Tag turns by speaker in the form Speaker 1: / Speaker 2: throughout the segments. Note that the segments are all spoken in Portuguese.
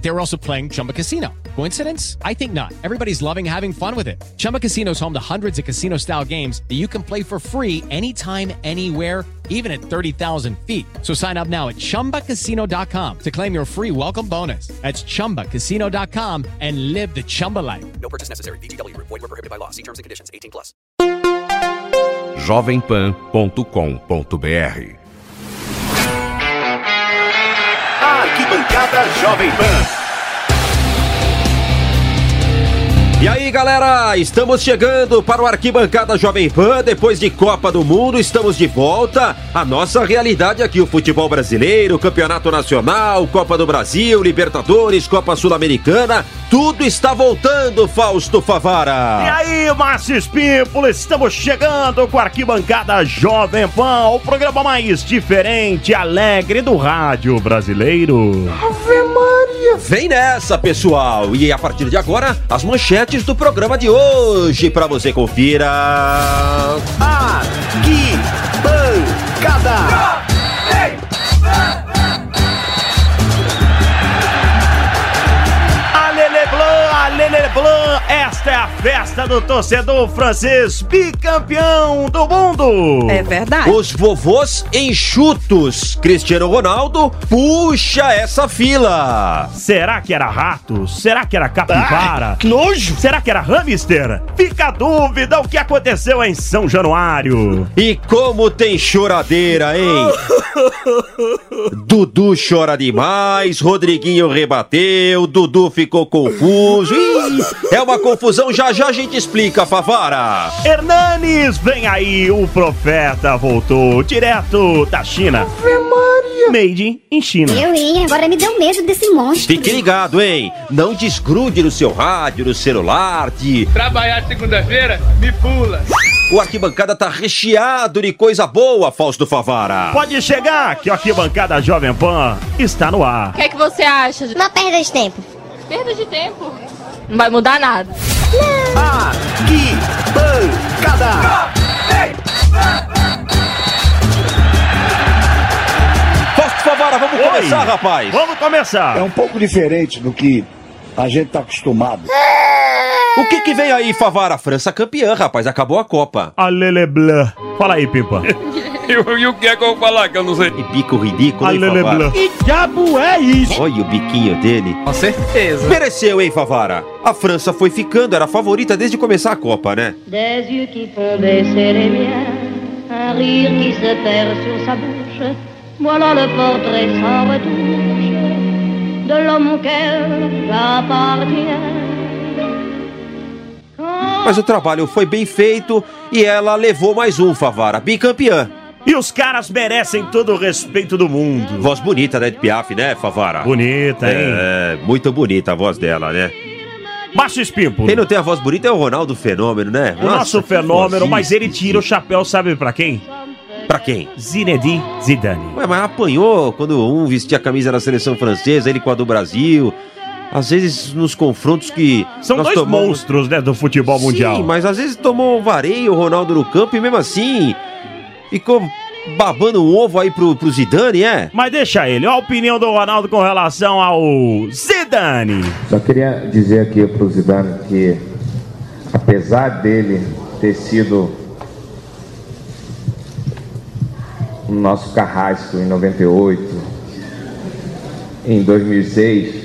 Speaker 1: They were also playing Chumba Casino. Coincidence? I think not. Everybody's loving having fun with it. Chumba Casino is home to hundreds of casino style games that you can play for free anytime, anywhere even at 30,000 feet. So sign up now at ChumbaCasino.com to claim your free welcome bonus. That's ChumbaCasino.com and live the Chumba life.
Speaker 2: No purchase necessary. BGW. Void were prohibited by law. See terms and conditions. 18 plus.
Speaker 3: jovempan.com.br
Speaker 4: Arquibancada Jovem Pan.
Speaker 5: E aí, galera, estamos chegando para o Arquibancada Jovem Pan, depois de Copa do Mundo, estamos de volta. A nossa realidade aqui, o futebol brasileiro, Campeonato Nacional, Copa do Brasil, Libertadores, Copa Sul-Americana, tudo está voltando, Fausto
Speaker 4: E
Speaker 5: Favara.
Speaker 4: aí, Márcio Espímpolo, estamos chegando com a Arquibancada Jovem Pan, o programa mais diferente, alegre do rádio brasileiro.
Speaker 5: Vem nessa, pessoal, e a partir de agora, as manchetes do programa de hoje, para você confira.
Speaker 4: Arquibancada. Alele Blanc, Alele Blanc, esta é a festa do torcedor francês bicampeão do mundo.
Speaker 6: É verdade.
Speaker 5: Os vovôs enxutos. Cristiano Ronaldo puxa essa fila.
Speaker 4: Será que era rato? Será que era capivara? que nojo! Será que era hamster? Fica a dúvida o que aconteceu em São Januário.
Speaker 5: E como tem choradeira, hein? Dudu chora demais, Rodriguinho rebateu, Dudu ficou confuso. Ih, é uma confusão, já já a gente explica, Favara.
Speaker 4: Hernanes, vem aí, o profeta voltou direto da China. Made in China.
Speaker 7: Eu, hein? Agora me deu medo desse monstro.
Speaker 5: Fique ligado, hein? Não desgrude no seu rádio, no celular, de
Speaker 8: Trabalhar segunda-feira, me pula.
Speaker 5: O arquibancada tá recheado de coisa boa, Fausto Favara.
Speaker 4: Pode chegar, que o Arquibancada Jovem Pan está no ar.
Speaker 9: O que é que você acha?
Speaker 7: Não perda de tempo.
Speaker 9: Perda de tempo. Não vai mudar nada.
Speaker 5: Fausto Favara, vamos começar,
Speaker 4: Oi.
Speaker 5: rapaz.
Speaker 4: Vamos começar.
Speaker 10: É um pouco diferente do que a gente tá acostumado.
Speaker 5: O que que vem aí, Favara? França campeã, rapaz. Acabou a Copa.
Speaker 4: A Lele Blanc. Fala aí, Pimpa.
Speaker 8: E, o- e o que é que eu vou falar que eu não sei?
Speaker 5: E bico ridículo,
Speaker 4: A
Speaker 5: hein,
Speaker 4: Lele
Speaker 5: Favara?
Speaker 4: Blanc. E diabo é isso?
Speaker 5: Olha o biquinho dele.
Speaker 8: Com certeza.
Speaker 5: Mereceu, hein, Favara? A França foi ficando, era a favorita desde começar a Copa, né?
Speaker 11: Des yeux qui font baisser les miens, un rire qui se perd sur sa bouche, voilà le portrait sans retouche de l'homme auquel j'appartiens. Quand
Speaker 5: Mas o trabalho foi bem feito e ela levou mais um, Favara. Bicampeã.
Speaker 4: E os caras merecem todo o respeito do mundo.
Speaker 5: Voz bonita da Ed Piaf, né, Favara?
Speaker 4: Bonita, hein?
Speaker 5: É, muito bonita a voz dela, né?
Speaker 4: Márcio Espímpolo.
Speaker 5: Quem não tem a voz bonita é o Ronaldo Fenômeno, né?
Speaker 4: O nosso fenômeno, mas ele tira o chapéu, sabe pra quem?
Speaker 5: Pra quem?
Speaker 4: Zinedine Zidane.
Speaker 5: Ué, mas apanhou quando um vestia a camisa da seleção francesa, ele com a do Brasil. Às vezes nos confrontos que.
Speaker 4: São
Speaker 5: nós
Speaker 4: dois
Speaker 5: tomamos-
Speaker 4: monstros, né, do futebol mundial.
Speaker 5: Sim, mas às vezes tomou um vareio o Ronaldo no campo e mesmo assim ficou babando um ovo aí pro, pro Zidane, é?
Speaker 4: Mas deixa ele, Olha a opinião do Ronaldo com relação ao Zidane.
Speaker 10: Só queria dizer aqui pro Zidane que, apesar dele ter sido o nosso carrasco em 98, em 2006,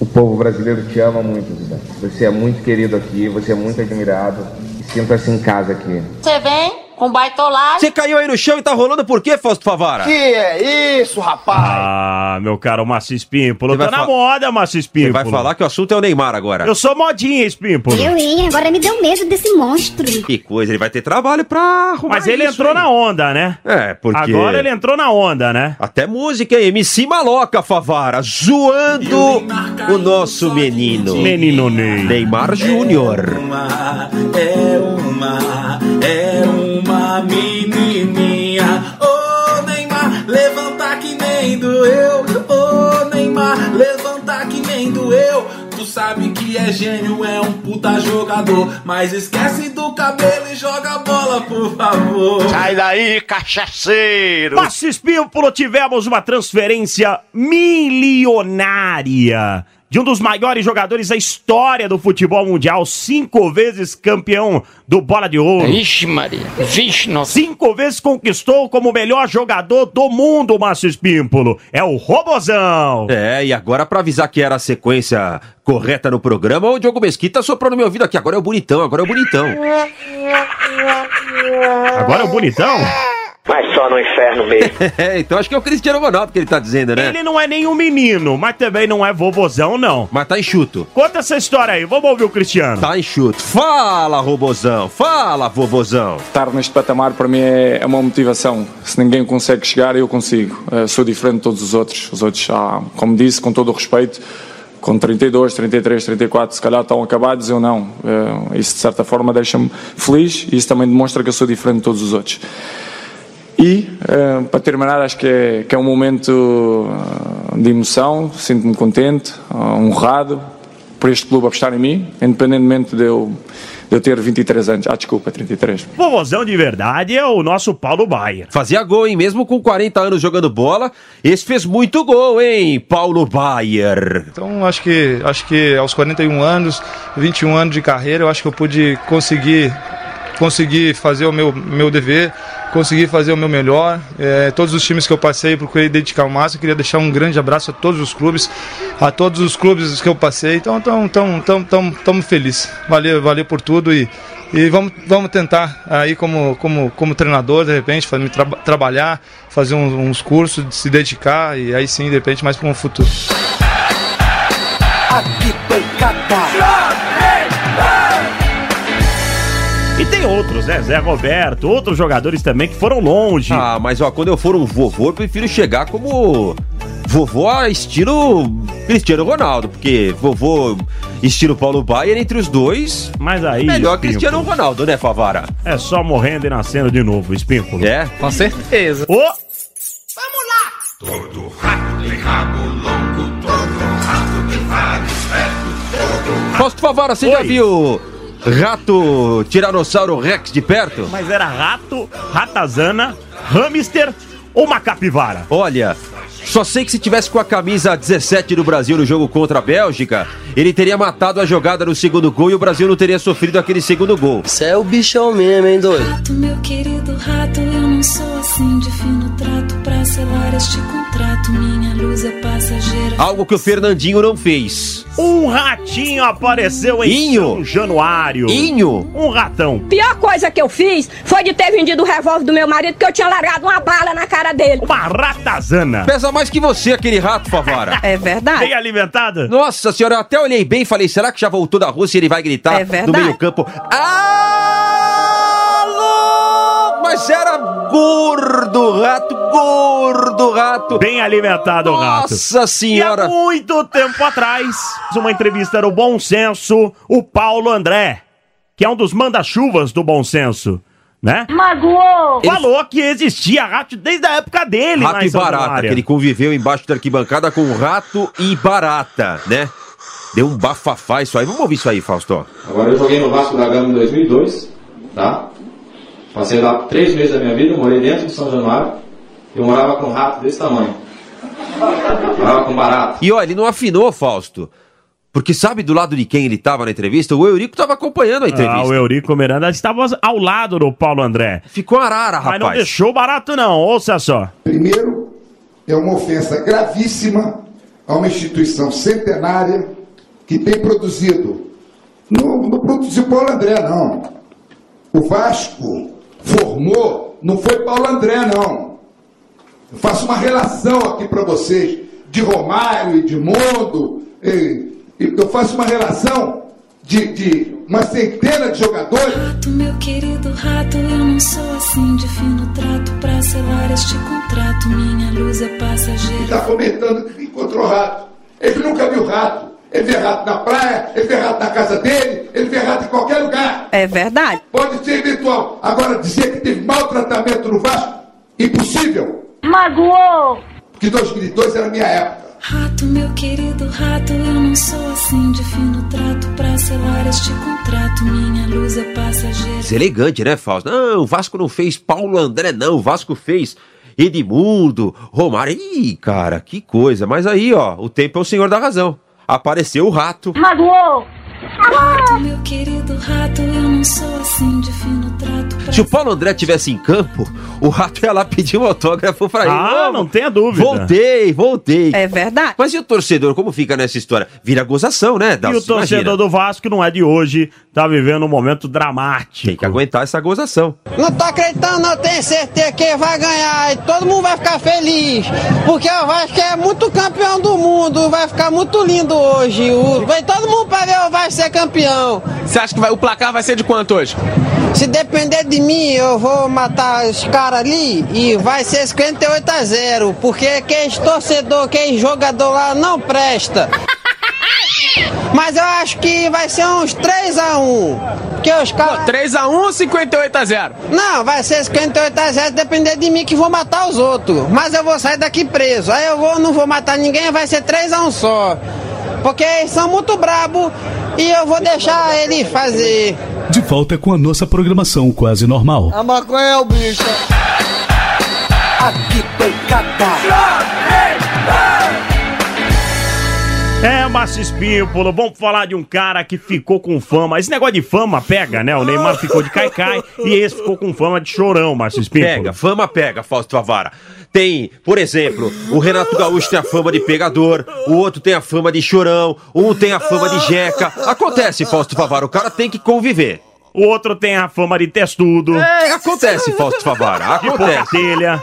Speaker 10: o povo brasileiro te ama muito, Zidane. Você é muito querido aqui, você é muito admirado. Sinta-se em casa aqui.
Speaker 9: Você vem com baitolagem.
Speaker 5: Você caiu aí no chão e tá rolando por quê, Fausto Favara?
Speaker 4: Ah, meu caro Márcio Espímpolo,
Speaker 5: Você
Speaker 4: tá
Speaker 5: vai
Speaker 4: na
Speaker 5: fa-
Speaker 4: moda, Márcio
Speaker 5: Você
Speaker 4: Espímpolo.
Speaker 5: vai falar que o assunto é o Neymar agora.
Speaker 4: Eu sou modinha, Espímpolo.
Speaker 7: Eu, hein? Agora me deu medo desse monstro.
Speaker 5: Que coisa, ele vai ter trabalho pra arrumar
Speaker 4: Mas ele
Speaker 5: isso,
Speaker 4: entrou
Speaker 5: hein?
Speaker 4: na onda, né?
Speaker 5: É, porque...
Speaker 4: Agora ele entrou na onda, né?
Speaker 5: Até música, hein? MC Maloca, Favara, zoando o nosso menino.
Speaker 4: Menino Ney.
Speaker 5: Neymar Júnior.
Speaker 8: É uma, é uma menininha. Ô Neymar, levanta que nem doeu. Ô Neymar, levanta que nem doeu. Tu mundo sabe que é gênio, é um puta jogador. Mas esquece do cabelo e joga a bola, por favor.
Speaker 3: Sai daí, cachaceiro!
Speaker 4: Passes Pímpolo, tivemos uma transferência milionária de um dos maiores jogadores da história do futebol mundial, cinco vezes campeão do Bola de Ouro.
Speaker 6: Ixi, Maria. Vixe, nossa.
Speaker 4: Cinco vezes conquistou como o melhor jogador do mundo, Márcio Pímpolo. É o Robozão.
Speaker 5: É, e agora pra avisar que era a sequência correta no programa, o Diogo Mesquita soprou no meu ouvido aqui. Agora é o bonitão, agora é o bonitão.
Speaker 4: Agora é o bonitão?
Speaker 3: Mas só no inferno mesmo.
Speaker 5: É, então acho que é o Cristiano Ronaldo que ele tá dizendo, né?
Speaker 4: Ele não é nenhum menino, mas também não é vovozão, não.
Speaker 5: Mas tá enxuto.
Speaker 4: Conta essa história aí, vamos ouvir o Cristiano.
Speaker 5: Tá enxuto. Fala, robozão. Fala, vovozão.
Speaker 12: Estar neste patamar para mim é é uma motivação. Se ninguém consegue chegar, eu consigo. Eh, sou diferente de todos os outros. Os outros, já, como disse, com todo o respeito, com 32, 33, 34, se calhar estão acabados, eu não. Eh, isso de certa forma deixa-me feliz e isso também demonstra que eu sou diferente de todos os outros. E, eh, para terminar, acho que é, que é um momento eh, de emoção, sinto-me contente, ah, honrado por este clube apostar em mim, independentemente de eu, de eu ter 23 anos. Ah, desculpa, 33.
Speaker 4: Vovozão de verdade é o nosso Paulo Baier.
Speaker 5: Fazia gol, hein? Mesmo com 40 anos jogando bola, esse fez muito gol, hein? Paulo Bayer.
Speaker 13: Então acho que acho que aos 41 anos, 21 anos de carreira, eu acho que eu pude conseguir conseguir fazer o meu meu dever, conseguir fazer o meu melhor. Eh, todos os times que eu passei, procurei dedicar o máximo. Queria deixar um grande abraço a todos os clubes, a todos os clubes que eu passei. Então, tão tão tão tão tamo feliz. Valeu, valeu por tudo e e vamos, vamos tentar aí como, como, como treinador, né? de repente, fa- tra- trabalhar, fazer uns, uns cursos, se dedicar e aí sim, de repente, mais para um futuro.
Speaker 4: E tem outros, né? Zé Roberto, outros jogadores também que foram longe.
Speaker 5: Ah, mas ó, quando eu for um vovô, eu prefiro chegar como vovô a estilo Cristiano Ronaldo, porque vovô estilo Paulo Baier entre os dois,
Speaker 4: Mas aí.
Speaker 5: melhor
Speaker 4: Espínculo,
Speaker 5: Cristiano Ronaldo, né, Favara?
Speaker 4: É só morrendo e nascendo de novo, Espínculo.
Speaker 5: É.
Speaker 6: Com certeza.
Speaker 4: Ô,
Speaker 5: Fausto Favara, você já
Speaker 4: Oi.
Speaker 5: viu rato tiranossauro Rex de perto?
Speaker 4: mas era rato, ratazana, hamster ou uma capivara?
Speaker 5: Olha, só sei que se tivesse com a camisa 17 do Brasil no jogo contra a Bélgica, ele teria matado a jogada no segundo gol e o Brasil não teria sofrido aquele segundo gol.
Speaker 6: Você é o bichão mesmo, hein, doido?
Speaker 11: Rato, meu querido rato, eu não sou assim de fino trato pra selar este contrato. Minha luz é passageira.
Speaker 5: Algo que o Fernandinho não fez.
Speaker 4: Um ratinho apareceu em
Speaker 5: Inho.
Speaker 4: São Januário.
Speaker 5: Inho!
Speaker 4: Um ratão.
Speaker 9: Pior coisa que eu fiz foi de ter vendido o revólver do meu marido que eu tinha largado uma bala na cara dele.
Speaker 4: Uma ratazana.
Speaker 5: Pesa mais que você aquele rato, Favara.
Speaker 9: É verdade.
Speaker 4: Bem alimentada?
Speaker 5: Nossa senhora, eu até olhei bem e falei, será que já voltou da Rússia e ele vai gritar
Speaker 9: É verdade.
Speaker 5: no meio campo? Alô! Mas era gordo, rato, gordo, rato.
Speaker 4: Bem alimentado o rato.
Speaker 5: Nossa
Speaker 4: E há
Speaker 5: senhora.
Speaker 4: muito tempo atrás, uma entrevista no Bom Senso, o Paulo André, que é um dos manda-chuvas do Bom Senso, né?
Speaker 11: Magoou!
Speaker 4: Falou que existia rato desde a época dele, lá
Speaker 5: Rato
Speaker 4: em
Speaker 5: e
Speaker 4: São
Speaker 5: barata,
Speaker 4: Januário.
Speaker 5: que ele conviveu embaixo da arquibancada com rato e barata, né? Deu um bafafá isso aí. Vamos ouvir isso aí, Fausto.
Speaker 12: Agora eu joguei no Vasco da Gama em 2002, tá? Passei lá três meses da minha vida, morei dentro de São Januário. Eu morava com um rato desse tamanho. Morava com um barato.
Speaker 5: E olha, ele não afinou, Fausto. Porque sabe do lado de quem ele tava na entrevista? O Eurico tava acompanhando a
Speaker 4: Ah, o
Speaker 5: entrevista.
Speaker 4: Eurico Miranda estava ao lado do Paulo André.
Speaker 5: Ficou arara,
Speaker 4: Mas não
Speaker 5: rapaz.
Speaker 4: deixou barato, não. Ouça só.
Speaker 6: Primeiro, é uma ofensa gravíssima a uma instituição centenária que tem produzido. Não, não produziu Paulo André, não. O Vasco formou, não foi Paulo André, não. Eu faço uma relação aqui para vocês de Romário, Edmundo. eh, e Eu faço uma relação de, de uma centena de jogadores.
Speaker 11: Rato, meu querido rato, eu não sou assim de fino trato pra selar este contrato. Minha luz é passageira.
Speaker 6: está tá fomentando que encontrou rato. Ele nunca viu rato. Ele vê rato na praia, ele vê rato na casa dele, ele vê rato em qualquer lugar.
Speaker 9: É verdade.
Speaker 6: Pode ser eventual. Agora, dizer que teve maltratamento no Vasco, impossível.
Speaker 11: Magoou!
Speaker 6: Porque 2002 era a minha época.
Speaker 14: Rato, meu querido rato, eu não sou assim de fino trato pra selar este contrato. Minha luz é passageira.
Speaker 5: Isso é elegante, né, Fausto? Não, o Vasco não fez Paulo André, não. O Vasco fez Edmundo, Romário. Ih, cara, que coisa. Mas aí, ó, o tempo é o senhor da razão. Apareceu o rato.
Speaker 14: Magoou! Rato, meu querido rato, eu não sou assim de fino trato pra
Speaker 5: Se o Paulo André tivesse em campo, o rato ia lá pedir um autógrafo pra ele.
Speaker 4: Ah,
Speaker 5: não tenha dúvida. Voltei, voltei. É verdade. Mas e o torcedor, como fica nessa história? Vira gozação, né?
Speaker 4: E o torcedor do Vasco não é de hoje, tá vivendo um momento dramático. Tem
Speaker 5: que aguentar essa gozação.
Speaker 15: Não tô acreditando, não tenho certeza quem vai ganhar e todo mundo vai ficar feliz. Porque o Vasco é muito campeão do mundo, vai ficar muito lindo hoje. O- Vai todo mundo pra ver o Vasco ser campeão.
Speaker 16: Você acha que vai- o placar vai ser de quanto hoje?
Speaker 15: Se depender de mim, eu vou matar os caras ali e vai ser 58 a 0. Porque quem torcedor, quem jogador lá não presta. Mas eu acho que vai ser uns 3 a 1. Porque os caras. 3 a 1 ou 58 a 0? Não, vai ser 58 a 0, depender de mim que vou matar os outros. Mas eu vou sair daqui preso. Aí eu vou, não vou matar ninguém, vai ser 3 a 1 só. Porque eles são muito brabo e eu vou deixar ele fazer.
Speaker 17: De volta com a nossa programação quase normal.
Speaker 15: A maconha é o bicho.
Speaker 3: Aqui
Speaker 4: É, Márcio Espímpolo, vamos falar de um cara que ficou com fama. Esse negócio de fama pega, né? O Neymar ficou de caicai e esse ficou com fama de chorão, Márcio Espímpolo.
Speaker 5: Pega, fama pega, Fausto Avara. Tem, por exemplo, o Renato Gaúcho tem a fama de pegador, o outro tem a fama de chorão, um tem a fama de jeca. Acontece, Fausto Favara, o cara tem que conviver.
Speaker 4: O outro tem a fama de testudo.
Speaker 5: É, acontece, Fausto Favara,
Speaker 4: De pouca
Speaker 5: acontece.
Speaker 4: telha.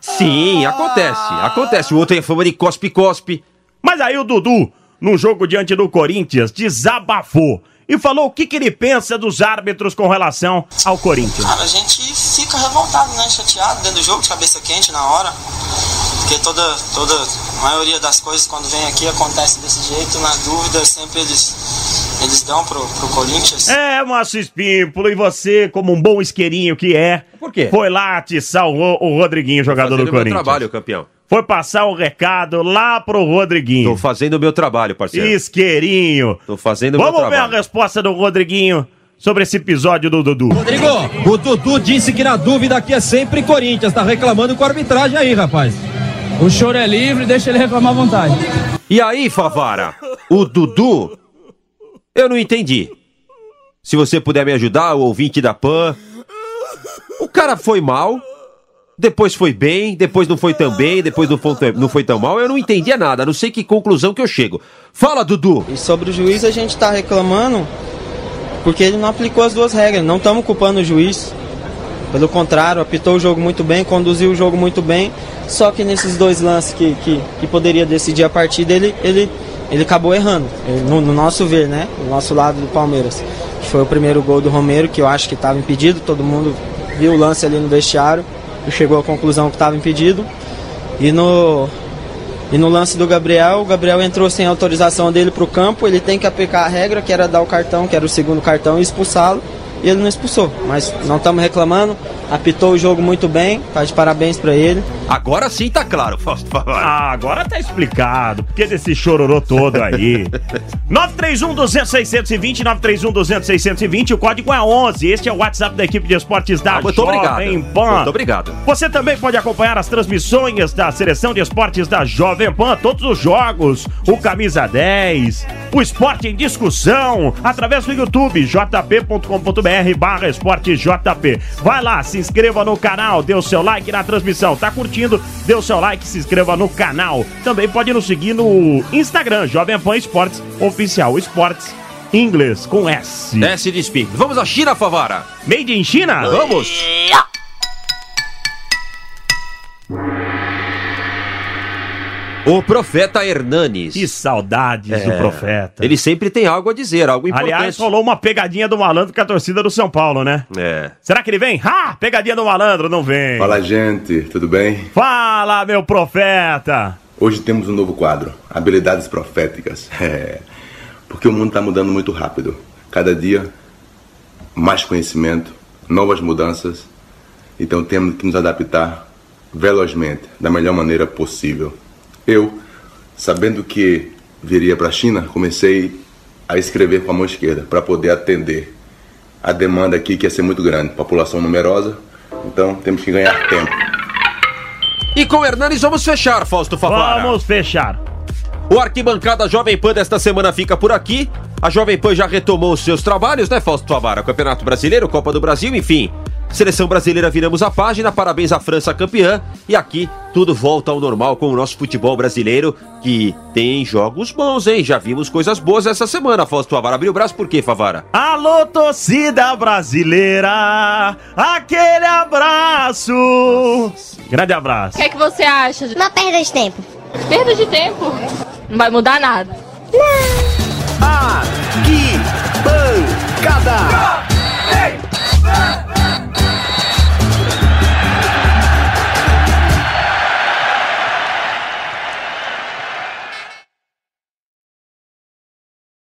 Speaker 5: Sim, acontece, acontece. O outro tem a fama de cospe-cospe.
Speaker 4: Mas aí o Dudu, num jogo diante do Corinthians, desabafou e falou o que, que ele pensa dos árbitros com relação ao
Speaker 18: Cara, a
Speaker 4: Corinthians.
Speaker 18: gente fica revoltado, né? Chateado dentro do jogo, de cabeça quente na hora. Porque toda, toda a maioria das coisas quando vem aqui acontece desse jeito, na dúvida, sempre eles, eles dão pro, pro Corinthians.
Speaker 4: É, Márcio Espímpolo, e você, como um bom isqueirinho que é, Por
Speaker 5: quê?
Speaker 4: foi lá atiçar o, Ro- o Rodriguinho, jogador
Speaker 5: Fazendo
Speaker 4: do
Speaker 5: o meu
Speaker 4: Corinthians.
Speaker 5: trabalho, campeão.
Speaker 4: Foi passar o recado lá pro Rodriguinho.
Speaker 5: Tô fazendo o meu trabalho, parceiro.
Speaker 4: Isqueirinho.
Speaker 5: Tô fazendo o meu
Speaker 4: Vamos ver a
Speaker 5: trabalho.
Speaker 4: resposta do Rodriguinho sobre esse episódio do Dudu.
Speaker 19: Rodrigo, o Dudu disse que na dúvida aqui é sempre Corinthians. Tá reclamando com a arbitragem aí, rapaz. O choro é livre, deixa ele reclamar à vontade.
Speaker 5: E aí, Favara, o Dudu? Eu não entendi. Se você puder me ajudar, o ouvinte da PAN. O cara foi mal, depois foi bem, depois não foi tão bem, depois não foi tão, não foi tão mal. Eu não entendia nada, não sei que conclusão que eu chego. Fala, Dudu!
Speaker 18: E sobre o juiz a gente tá reclamando porque ele não aplicou as duas regras. Não estamos culpando o juiz. Pelo contrário, apitou o jogo muito bem, conduziu o jogo muito bem. Só que nesses dois lances que, que, que poderia decidir a partida, ele, ele, ele acabou errando. Ele- No, no nosso ver, né? No nosso lado do Palmeiras. Foi o primeiro gol do Romero, que eu acho que estava impedido. Todo mundo viu o lance ali no vestiário e chegou à conclusão que estava impedido. E no, e no lance do Gabriel, o Gabriel entrou sem autorização dele pro campo, ele tem que aplicar a regra, que era dar o cartão, que era o segundo cartão, e expulsá-lo. E ele não expulsou, mas não estamos reclamando. Apitou o jogo muito bem, tá de parabéns pra ele.
Speaker 5: Agora sim tá claro, Fausto Favara.
Speaker 4: Ah, agora tá explicado. Por que desse chororô todo aí? 931 200 620, 931 200 620, o código é 11. Este é o WhatsApp da equipe de esportes da
Speaker 5: Muito
Speaker 4: Jovem
Speaker 5: obrigado.
Speaker 4: Pan.
Speaker 5: Muito obrigado.
Speaker 4: Você também pode acompanhar as transmissões da seleção de esportes da Jovem Pan, todos os jogos, o Camisa 10, o Esporte em Discussão, através do YouTube, jp.com.br barra esporte JP. Vai lá, se inscreva no canal, dê o seu like na transmissão. Tá curtindo? Dê o seu like, se inscreva no canal. Também pode nos seguir no Instagram, Jovem Pan Esportes Oficial Esportes Inglês com S.
Speaker 5: Desce de espírito. Vamos à China, Favara.
Speaker 4: Made in China?
Speaker 5: Vamos. O profeta Hernanes. Que
Speaker 4: saudades do profeta.
Speaker 5: É. Ele sempre tem algo a dizer, algo importante.
Speaker 4: Aliás, rolou uma pegadinha do malandro com a torcida do São Paulo, né?
Speaker 5: É.
Speaker 4: Será que ele vem? Ah, pegadinha do malandro, não vem.
Speaker 20: Fala, gente, tudo bem?
Speaker 4: Fala, meu profeta!
Speaker 20: Hoje temos um novo quadro, Habilidades Proféticas. É, porque o mundo está mudando muito rápido. Cada dia, mais conhecimento, novas mudanças. Então temos que nos adaptar velozmente, da melhor maneira possível. Eu
Speaker 12: Sabendo que viria para a China, comecei a escrever com a mão esquerda para poder atender a demanda aqui que ia ser muito grande, população numerosa, então temos que ganhar tempo.
Speaker 5: E com o Hernanes vamos fechar, Fausto Favara. Vamos
Speaker 4: fechar.
Speaker 5: O Arquibancada Jovem Pan desta semana fica por aqui. A Jovem Pan já retomou os seus trabalhos, né, Fausto Favara? Campeonato Brasileiro, Copa do Brasil, enfim. Seleção brasileira, viramos a página. Parabéns à França campeã. E aqui tudo volta ao normal com o nosso futebol brasileiro, que tem jogos bons, hein? Já vimos coisas boas essa semana, Fausto Favara. Abriu o braço por quê, Favara?
Speaker 4: Alô, torcida brasileira, aquele abraço. Grande
Speaker 18: O
Speaker 4: abraço.
Speaker 18: que é que você acha? Uma perda de tempo. Perda de tempo? Não vai mudar nada.
Speaker 5: Até